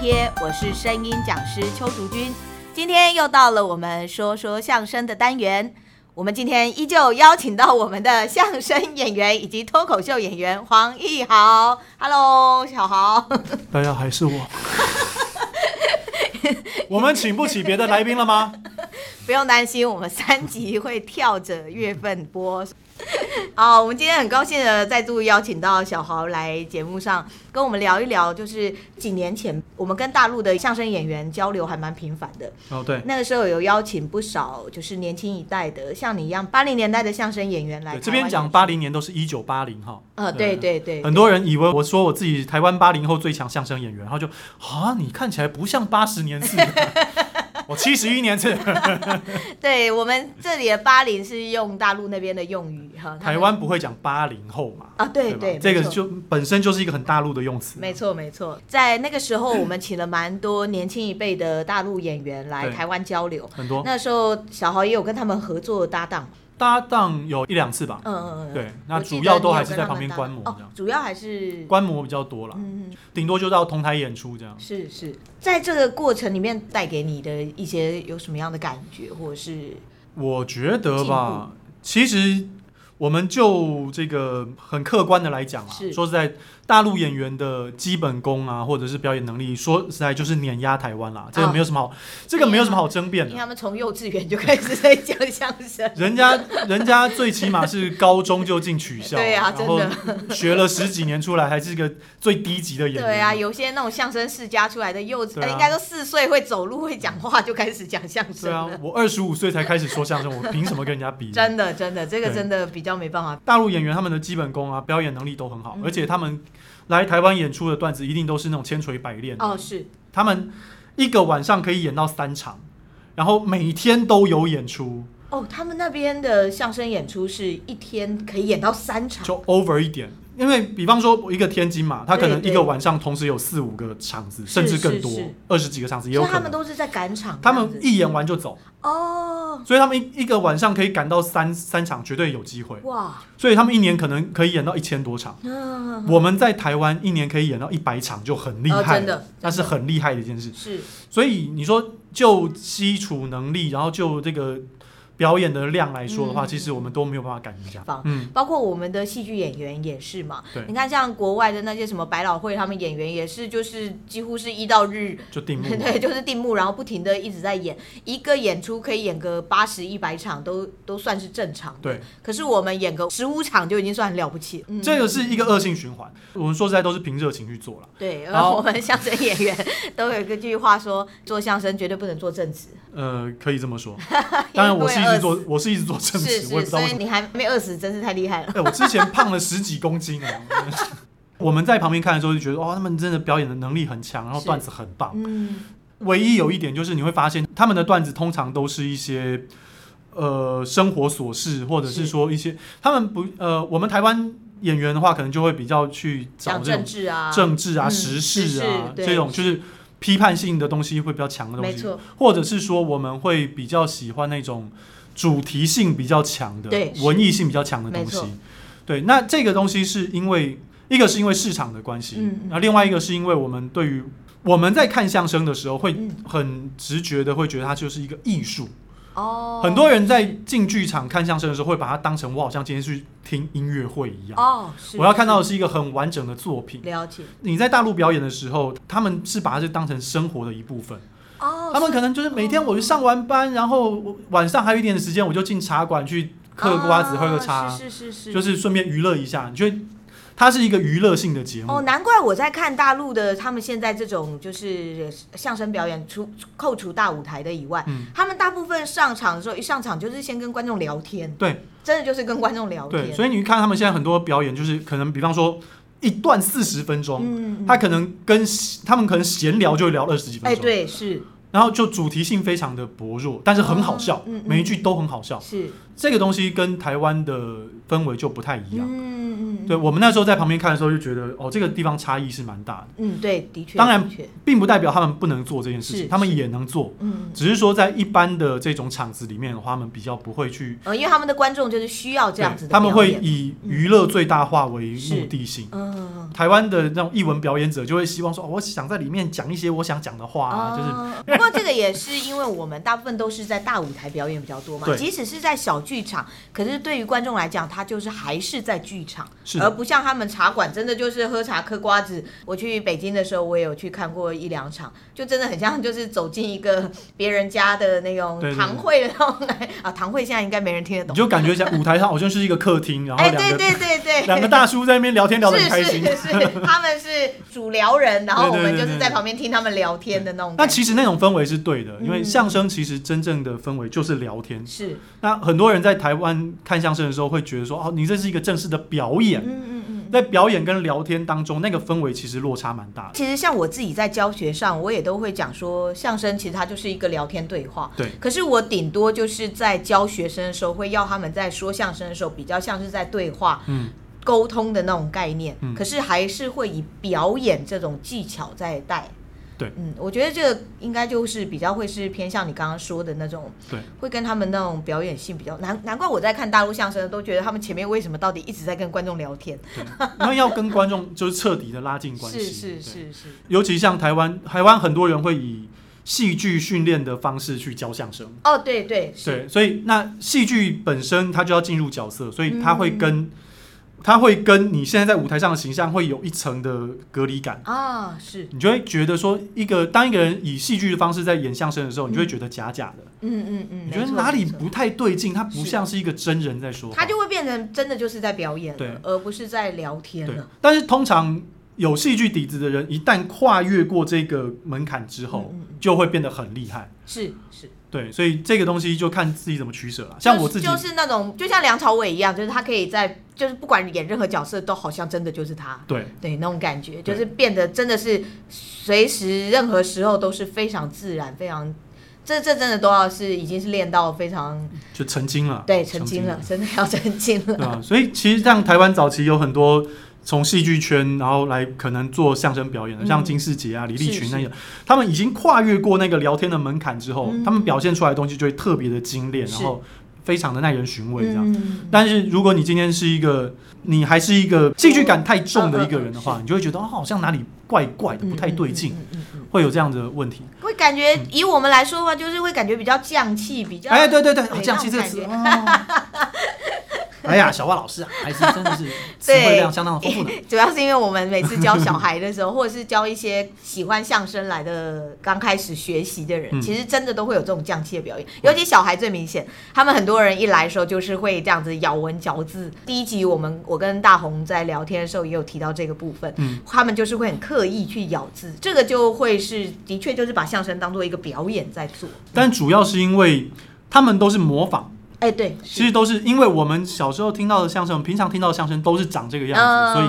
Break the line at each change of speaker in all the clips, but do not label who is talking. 贴，我是声音讲师邱竹君。今天又到了我们说说相声的单元，我们今天依旧邀请到我们的相声演员以及脱口秀演员黄奕豪。Hello，小豪。
大家还是我。 我们请不起别的来宾了吗？
不用担心，我们三集会跳着月份播。好，我们今天很高兴的再度邀请到小豪来节目上，跟我们聊一聊，就是几年前我们跟大陆的相声演员交流还蛮频繁的。
哦，对，
那个时候有邀请不少就是年轻一代的，像你一样八零年代的相声演员来台
对
湾。
这边讲八零年都是一九八零哈。
呃，对对对，
很多人以为我说我自己台湾八零后最强相声演员，然后就啊，你看起来不像八十 年次的，我七十一年次，
对我们这里的八零是用大陆那边的用语哈，他们
台湾不会讲八零后嘛？
啊，对对，
对吧，这个
没错
就本身就是一个很大陆的用词。
没错，没错，在那个时候，我们请了蛮多年轻一辈的大陆演员来
对
台湾交流。
很多
那时候，小豪也有跟他们合作搭档，
搭档有一两次吧，
嗯嗯嗯，
对，
我
那
记得
主要都
你有
还是
跟
在
他
旁
们
边
搭
观
档
摩这
哦
样，，
主要还是
观摩比较多啦，
嗯，
顶多就到同台演出这样。
是是，在这个过程里面带给你的一些有什么样的感觉，或者是
我觉得吧，其实我们就这个很客观的来讲啊
是，
说实在，大陆演员的基本功啊，或者是表演能力，说实在就是碾压台
啊
湾啦，这个没有什么好，这个没有什么好争辩
因为
的。，
他们从幼稚园就开始在讲相声
人家人家最起码是高中就进取 校，
对啊
然后学了十几年出来，还是个最低级的演员。
对啊，有些那种相声世家出来的幼稚，
对啊
呃应该都四岁会走路会讲话就开始讲相声
对啊
了。，
我二十五岁才开始说相声，我凭什么跟人家比？
真的，真的，这个
对
真的比较没办法。
大陆演员他们的基本功啊，表演能力都很好，
嗯
而且他们来台湾演出的段子一定都是那种千锤百炼的。
哦，是，
他们一个晚上可以演到三场，然后每天都有演出，
哦，他们那边的相声演出是一天可以演到三场，
就 over 一点。因为比方说一个天津嘛，他可能
对对
一个晚上同时有四五个场子，
是
甚至更多
是是，
二十几个场子也
所以
有可
他们
能。
都是在赶场这
他
样子。
们一演完就走，
哦，
所以他们一一个晚上可以赶到三三场，绝对有机会。
哇，
所以他们一年可能可以演到一千多场。
那
我们在台湾一年可以演到一百场就很厉
哦
害
真的
了，那是很厉害的一件事。
是
所以你说就基础能力，然后就这个表演的量来说的话，
嗯
其实我们都没有办法赶人家
棒。
嗯，
包括我们的戏剧演员也是嘛
对。
你看，像国外的那些什么百老汇，他们演员也是，就是几乎是一到日，
就 定目啊
对，就是定幕，然后不停的一直在演，一个演出可以演个八十一百场都都算是正常。
对，
可是我们演个十五场就已经算很了不起了。嗯
这个是一个恶性循环。我们说实在都是凭热情去 做了。
对，然
然
后
后
我们相声演员都有一个句话说，做相声绝对不能做正职。
呃，可以这 么说。当然，我是一直做，我是一直做 正
是
职，我也
是，
不知
所
道为
以
什么。
你还没饿死，真是太厉害了。
哎，我之前胖了十几公斤啊。 我们在旁边看的时候就觉得，哇，他们真的表演的能力很强，然后
是
段子很棒。
嗯，
唯一有一点就是你会发现，他们的段子通常都是一些呃生活琐事，或者是
是
说一些他们不呃，我们台湾演员的话，可能就会比较去找
讲
这
政
种
治啊，
政治啊、
嗯
时事啊
时事对
这种就是批判性的东西会比较强的东
没
西，
错，
或者是说我们会比较喜欢那种主题性比较强的
对、
文艺性比较强的
没
东西
错。
对，那这个东西是因为一个是因为市场的关系，
嗯嗯
然后另外一个是因为我们对于我们在看相声的时候，会
嗯
很直觉的会觉得它就是一个艺术。
哦，
很多人在进剧场看相声的时候，会把它当成我好像今天去听音乐会一样，
哦，是
我要看到的
是
是一个很完整的作品。
了解
你在大陆表演的时候，他们是把它是当成生活的一部分。
哦，
他们
是
可能就是每天我就上完班，然后我晚上还有一点时间，我就进茶馆去嗑瓜子、
啊
喝个茶，
是是是是，
就是顺便娱乐一下。你觉得它是一个娱乐性的节目？
哦，难怪我在看大陆的，他们现在这种就是呃相声表演除，除扣除大舞台的以外，
嗯
他们大部分上场的时候，一上场就是先跟观众聊天，
对，
真的就是跟观众聊天，
对，所以你看他们现在很多表演，就是可能比方说一段四十分钟，
嗯，
他可能跟他们可能闲聊就会聊二十几
哎、
分钟，
对，是
然后就主题性非常的薄弱，但是很好笑
哦，嗯嗯
每一句都很好笑。
是，
这个东西跟台湾的氛围就不太一样。
嗯嗯嗯，
对我们那时候在旁边看的时候就觉得，哦，这个地方差异是蛮大的，
嗯，对，的确，
当然
的确，
并不代表他们不能做这件事
是
情，他们也能做，
嗯，
只是说在一般的这种场子里面的话，他们比较不会去，
呃，因为他们的观众就是需要这样子的，
对
嗯
他们会，以娱乐最大化为
是
目的性。
嗯，
台湾的那种艺文表演者就会希望说，哦我想在里面讲一些我想讲的话、啊，就是
哦 不过这个也是因为我们大部分都是在大舞台表演比较多嘛，
对
即使是在小剧场，可是对于观众来讲，他就是还是在剧场，
是
而
的，
不像他们茶馆真的就是喝茶嗑瓜子。我去北京的时候，我也有去看过一两场，就真的很像就是走进一个别人家的那种
对对对
堂会的那种来啊，堂会现在应该没人听得
你
懂。
就感觉像舞台上好像是一个客厅，然后
哎，
两个、
对对对对，
两个大叔在那边聊天聊得很开心。
是是是，他们是主聊人，然后我
对对
们
对
就是
对
在旁边听他们聊天的那种
那
感觉。
其实那种氛围是对的，因为
嗯
相声其实真正的氛围就是聊天。
是，
那很多人在台湾看相声的时候会觉得说，哦，你这是一个正式的表演。
嗯嗯嗯。
在表演跟聊天当中，那个氛围其实落差蛮大的。
其实像我自己在教学上，我也都会讲说，相声其实它就是一个聊天对话。
对。
可是我顶多就是在教学生的时候，会要他们在说相声的时候，比较像是在对话
嗯，
沟通的那种概念。
嗯
可是还是会以表演这种技巧在带。
对。
嗯，我觉得这个应该就是比较会是偏向你刚刚说的那种，
对，
会跟他们那种表演性比较难。难怪我在看大陆相声，都觉得他们前面为什么到底一直在跟观众聊天？
对，然后要跟观众就是彻底的拉近关系。
是是
对，
是是，
尤其像台湾，台湾很多人会以戏剧训练的方式去教相声。
哦，对对是。
对，所以那戏剧本身它就要进入角色，所以它
嗯
会跟、它会跟你现在在舞台上的形象会有一层的隔离感。
啊，是，
你就会觉得说，一个当一个人以戏剧的方式在演相声的时候，你就会觉得假假的，
嗯嗯嗯，
你觉
没
得
错
哪里？
没错
不太对劲，它不
是
像是一个真人在说话。
他就会变成真的就是在表演
啊对
了，而不是在聊天
对
了。，
但是通常有戏剧底子的人，一旦跨越过这个门槛之后，
嗯嗯嗯
就会变得很厉害。
是是，
对，所以这个东西就看自己怎么取舍了。像我自己
就，是那种，就像梁朝伟一样，就是他可以在，就是不管演任何角色，都好像真的就是他，
对
对那种感觉，
对
就是变得真的是随时任何时候都是非常自然，非常。这这真的都要是已经是练到非常
就成精啊了，
对成精了，，真的要成精
对啊
了。
吧、所以其实像台湾早期有很多从戏剧圈，然后来可能做相声表演的，
嗯
像金世杰啊、李立群
是
那些，他们已经跨越过那个聊天的门槛之后，
嗯
他们表现出来的东西就会特别的精炼，
是
然后非常的耐人寻味这样。
嗯，
但是如果你今天是一个，你还是一个戏剧感太重的一个
嗯
人的话，你就会觉得哦，好像哪里怪怪的，不太对劲，
嗯，嗯嗯嗯嗯
会有这样的问题。
会感觉以我们来说的话，就是会感觉比较降气，比较
哎，对对对，
对
哦这样其实这个词，
那
哦 哎呀，小蛙老师啊，还是真的是词汇量相当的丰富呢。
主要是因为我们每次教小孩的时候， 或者是教一些喜欢相声来的刚开始学习的人，
嗯
其实真的都会有这种降气的表演，尤其小孩最明显。他们很多人一来的时候就是会这样子咬文嚼字。第一集我们我跟大红在聊天的时候也有提到这个部分。
嗯，
他们就是会很刻意去咬字，这个就会是的确就是把相声当做一个表演在做。
但主要是因为他们都是模仿，
哎、对，
其实都是因为我们小时候听到的相声，平常听到的相声都是长这个样
嗯
子，所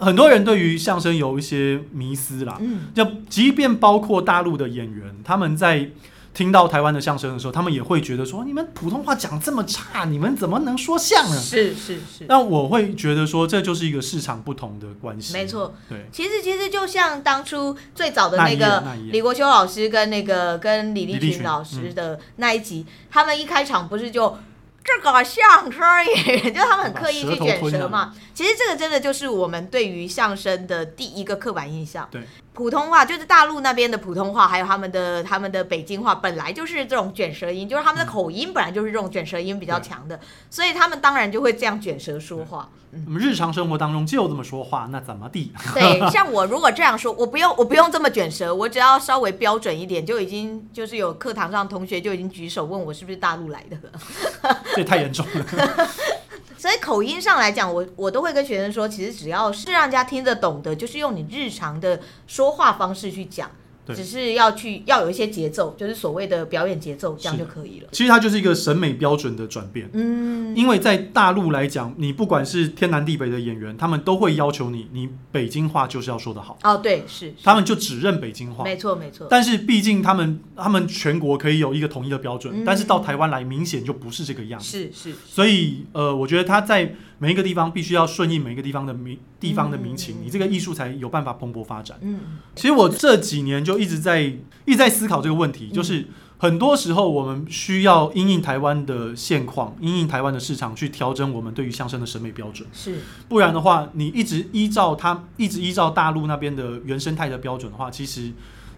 以很多人对于相声有一些迷思啦。
嗯
就即便包括大陆的演员，他们在听到台湾的相声的时候，他们也会觉得说：你们普通话讲这么差，你们怎么能说相
嗯，
声？
是是是，
那我会觉得说，这就是一个市场不同的关系。
没，错。
对，
其实其实就像当初最早的
那
那
一
个
页那一页
李国修老师跟那个跟李
李
立
立
群
群嗯
老师的那一集，他们一开场不是就这个相声演员，就他们很刻意去卷舌嘛。其实这个真的就是我们对于相声的第一个刻板印象。
对，
普通话就是大陆那边的普通话，还有他们的他们的北京话，本来就是这种卷舌音，就是他们的口音本来就是这种卷舌音比较
嗯对
强的，所以他们当然就会这样卷舌说话。嗯
我。们日常生活当中就这么说话，那怎么地？
对，像我如果这样说，我不用我不用这么卷舌，我只要稍微标准一点，就已经就是有课堂上同学就已经举手问我是不是大陆来的 了。
这也太严重了。
所以口音上来讲，我我都会跟学生说，其实只要是让人家听得懂的，就是用你日常的说话方式去讲，
对
只是要去要有一些节奏，就是所谓的表演节奏，这样就可以了。
其实它就是一个审美标准的转变。
嗯，
因为在大陆来讲，你不管是天南地北的演员，他们都会要求你，你北京话就是要说得好，
哦，对，是，
他们就只认北京话。
没错没错，
但是毕竟他们他们全国可以有一个统一的标准，
嗯
但是到台湾来明显就不是这个样子。
是是，
所以呃，我觉得他在每一个地方必须要顺应每一个地方的民地方的民情
嗯，
你这个艺术才有办法蓬勃发展。
嗯
其实我这几年就一直在一直在思考这个问
嗯
题，就是很多时候我们需要因应台湾的现况，因应台湾的市场去调整我们对于相声的审美标准。
是
不然的话，你一直依照它，一直依照大陆那边的原生态的标准的话，其实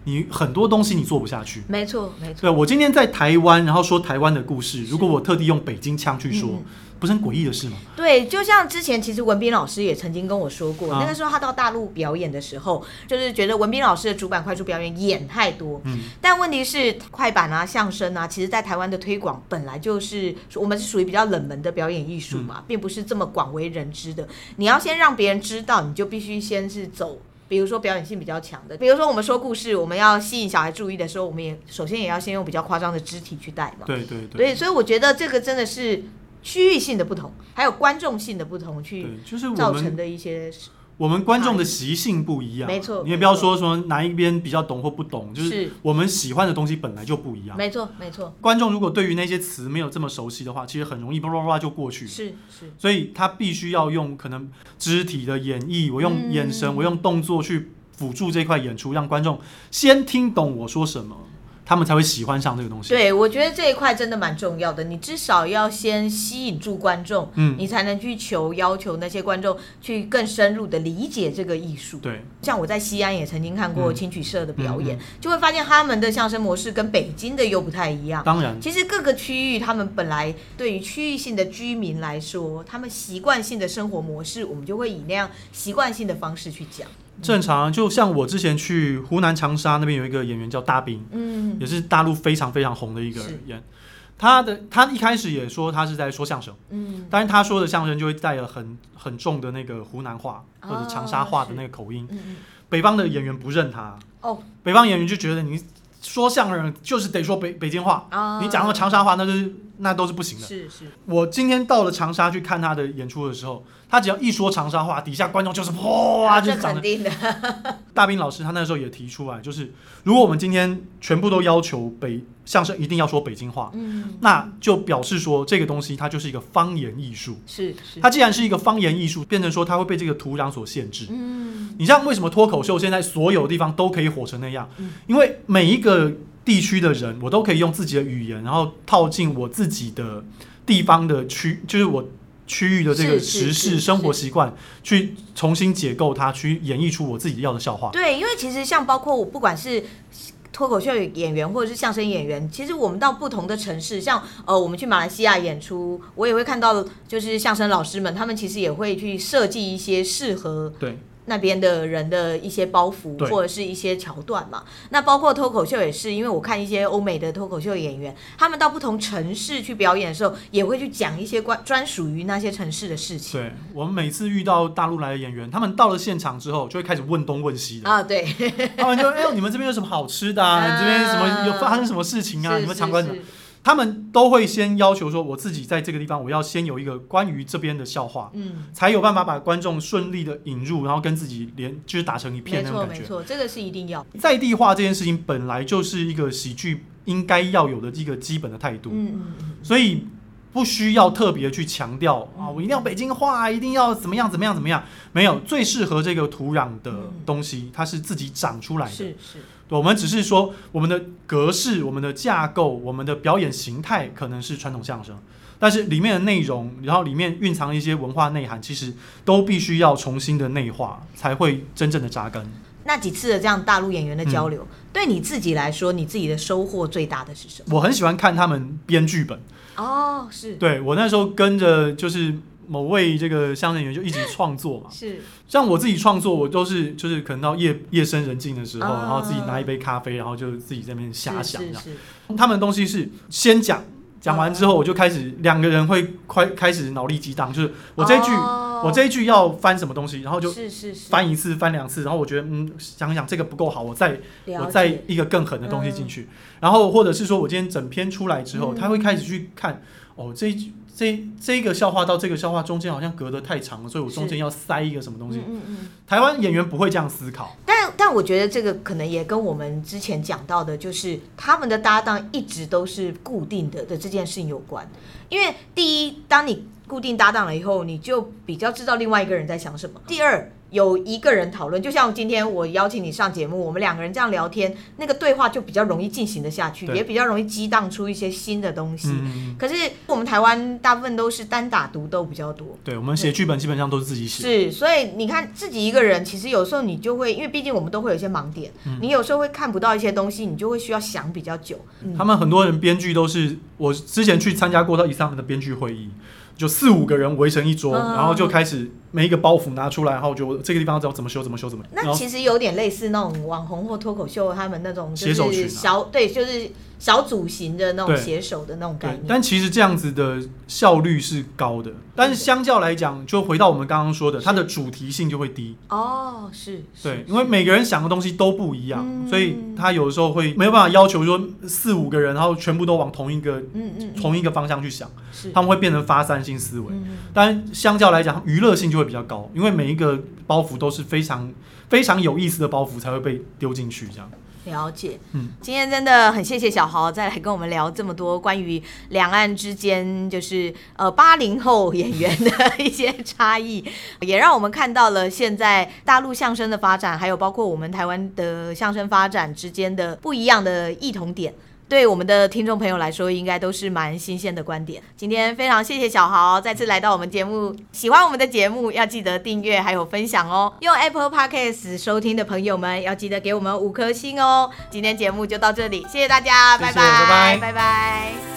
你很多东西你做不下去。
没错没错，
对我今天在台湾，然后说台湾的故事，如果我特地用北京腔去说，
嗯
不是很诡异的事吗？
对，就像之前其实文斌老师也曾经跟我说过，
啊
那个时候他到大陆表演的时候，就是觉得文斌老师的主板快速表演演太多，
嗯，
但问题是，快板啊、相声啊，其实在台湾的推广本来就是我们是属于比较冷门的表演艺术
嗯
嘛，并不是这么广为人知的。你要先让别人知道，你就必须先是走。比如说表演性比较强的，比如说我们说故事，我们要吸引小孩注意的时候，我们也首先也要先用比较夸张的肢体去带嘛。
对对
所
对。
以，所以我觉得这个真的是区域性的不同，还有观众性的不同，去
对，就是我
造成
们
的一些事
我们观众的习性不一样，啊
没错
你也不要说说哪一边比较懂或不懂，就是
是
我们喜欢的东西本来就不一样。
没错，没错，
观众如果对于那些词没有这么熟悉的话，其实很容易叭叭叭叭就过去了。
是是，
所以他必须要用可能肢体的演绎，我用眼神，
嗯
我用动作去辅助这块演出，让观众先听懂我说什么，他们才会喜欢上这个东西。，
对，我觉得这一块真的蛮重要的，你至少要先吸引住观众，
嗯，
你才能去求要求那些观众去更深入的理解这个艺术。
对，
像我在西安也曾经看过
嗯
青曲社的表演，
嗯
就会发现他们的相声模式跟北京的又不太一样。
当然，
其实各个区域，他们本来对于区域性的居民来说，他们习惯性的生活模式，我们就会以那样习惯性的方式去讲。
正常。啊就像我之前去湖南长沙那边有一个演员叫大兵，
嗯，
也是大陆非常非常红的一个
是
演。他的他一开始也说他是在说相声，
嗯，
但是他说的相声就会带了很很重的那个湖南话
哦
或者长沙话的
是
那个口音，
嗯嗯
北方的演员不认他，
哦
北方演员就觉得你说相声就是得说北北京话，
啊，
你讲那个长沙话那就是那都是不行的。
是是，
我今天到了长沙去看他的演出的时候，他只要一说长沙话，底下观众就是哇，就
啊这
是
肯
掌声。
定 的，
大兵老师他那时候也提出来，就是如果我们今天全部都要求北相声一定要说北京话，
嗯，
那就表示说这个东西它就是一个方言艺术。
是是，
它既然是一个方言艺术，变成说它会被这个土壤所限制。
嗯。
你像为什么脱口秀现在所有地方都可以火成那样？
嗯
因为每一个地区的人，我都可以用自己的语言，然后套进我自己的地方的区，就是我区域的这
是
个
是
时
是
事、生活
是
习惯，去重新解构它，去演绎出我自己要的笑话。
对，因为其实像包括我，不管是脱口秀演员或者是相声演员，其实我们到不同的城市，像呃，我们去马来西亚演出，我也会看到，就是相声老师们，他们其实也会去设计一些适合
对，
那边的人的一些包袱
对
或者是一些桥段嘛。那包括脱口秀也是，因为我看一些欧美的脱口秀演员，他们到不同城市去表演的时候，也会去讲一些关专属于那些城市的事情。
对我们每次遇到大陆来的演员，他们到了现场之后，就会开始问东问西的，
啊，对，
他们就哎呦，你们这边有什么好吃的啊？
啊
你这边什么有发生什么事情啊？
是
你们
是
参观什么？
是
他们都会先要求说，我自己在这个地方，我要先有一个关于这边的笑话，
嗯。
才有办法把观众顺利的引入，然后跟自己连就是打成一片
没
那种
错，
感
没
觉。
错，这个是一定要。
在地化这件事情本来就是一个喜剧应该要有的一个基本的态度，
嗯嗯
所以不需要特别去强调啊，我一定要北京话，一定要怎么样怎么样怎么样。没有，最适合这个土壤的
嗯
东西，它是自己长出来
嗯，
的。
是是，
对，我们只是说我们的格式、我们的架构、我们的表演形态可能是传统相声，但是里面的内容，然后里面蕴藏一些文化内涵，其实都必须要重新的内化，才会真正的扎根。
那几次的这样大陆演员的交流，
嗯
对你自己来说，你自己的收获最大的是什么？
我很喜欢看他们编剧本，
哦，是
对我那时候跟着就是某位这个相声演员就一起创作嘛，
是，
像我自己创作，我都是就是可能到夜夜深人静的时候，
啊
然后自己拿一杯咖啡，然后就自己在那边遐想啊这
是
样。
是
他们的东西是先讲，讲完之后我就开始两个人会快开始脑力激荡，就是我这一句、
哦
我这一句要翻什么东西，然后就是
是是
翻一次翻两次，然后我觉得嗯想想这个不够好，我再我
了
再
解
一个更狠的东西进去，然后或者是说我今天整篇出来之
嗯
后，他会开始去看哦这一句这这个笑话到这个笑话中间好像隔得太长了，所以我中
是
间要塞一个什么东西。
嗯嗯嗯。
台湾演员不会这样思考，
但但我觉得这个可能也跟我们之前讲到的，就是他们的搭档一直都是固定的的这件事情有关。因为第一，当你固定搭档了以后，你就比较知道另外一个人在想什么。第二，有一个人讨论，就像今天我邀请你上节目，我们两个人这样聊天，那个对话就比较容易进行的下去，
对
也比较容易激荡出一些新的东西。
嗯，
可是我们台湾大部分都是单打独斗比较多，
对，我们写剧本基本上都是自己写，
是，所以你看自己一个人，其实有时候你就会，因为毕竟我们都会有一些盲点，
嗯
你有时候会看不到一些东西，你就会需要想比较久。嗯，
他们很多人编剧都是我之前去参加过到一上的编剧会议，就四五个人围成一桌，
嗯
然后就开始每一个包袱拿出来，然后就这个地方要怎么修怎么修怎么，然
那
后
其实有点类似那种网红或脱口秀他们那种就
写手群
是
啊
小、对，就是小组型的那种
对
写手的那种概
对，
念。
但其实这样子的效率是高的，但是相较来讲，就回到我们刚刚说的，它的主题性就会低。
哦，是，
对，
是
因为每个人想的东西都不一样，
嗯
所以他有的时候会没有办法要求说四五个人，然后全部都往同一个
嗯嗯嗯
同一个方向去想，
是，
他们会变成发散性思维。
嗯
但相较来讲，娱乐性就会比较高，因为每一个包袱都是非常非常有意思的包袱才会被丢进去，这样。
了解，
嗯，
今天真的很谢谢小豪再来跟我们聊这么多关于两岸之间就是呃八零后演员的一些差异，也让我们看到了现在大陆相声的发展，还有包括我们台湾的相声发展之间的不一样的异同点。对我们的听众朋友来说，应该都是蛮新鲜的观点。今天非常谢谢小豪再次来到我们节目，喜欢我们的节目要记得订阅还有分享哦。用 Apple Podcast 收听的朋友们要记得给我们五颗星哦。今天节目就到这里，谢谢大家，
谢谢
拜
拜拜
拜拜。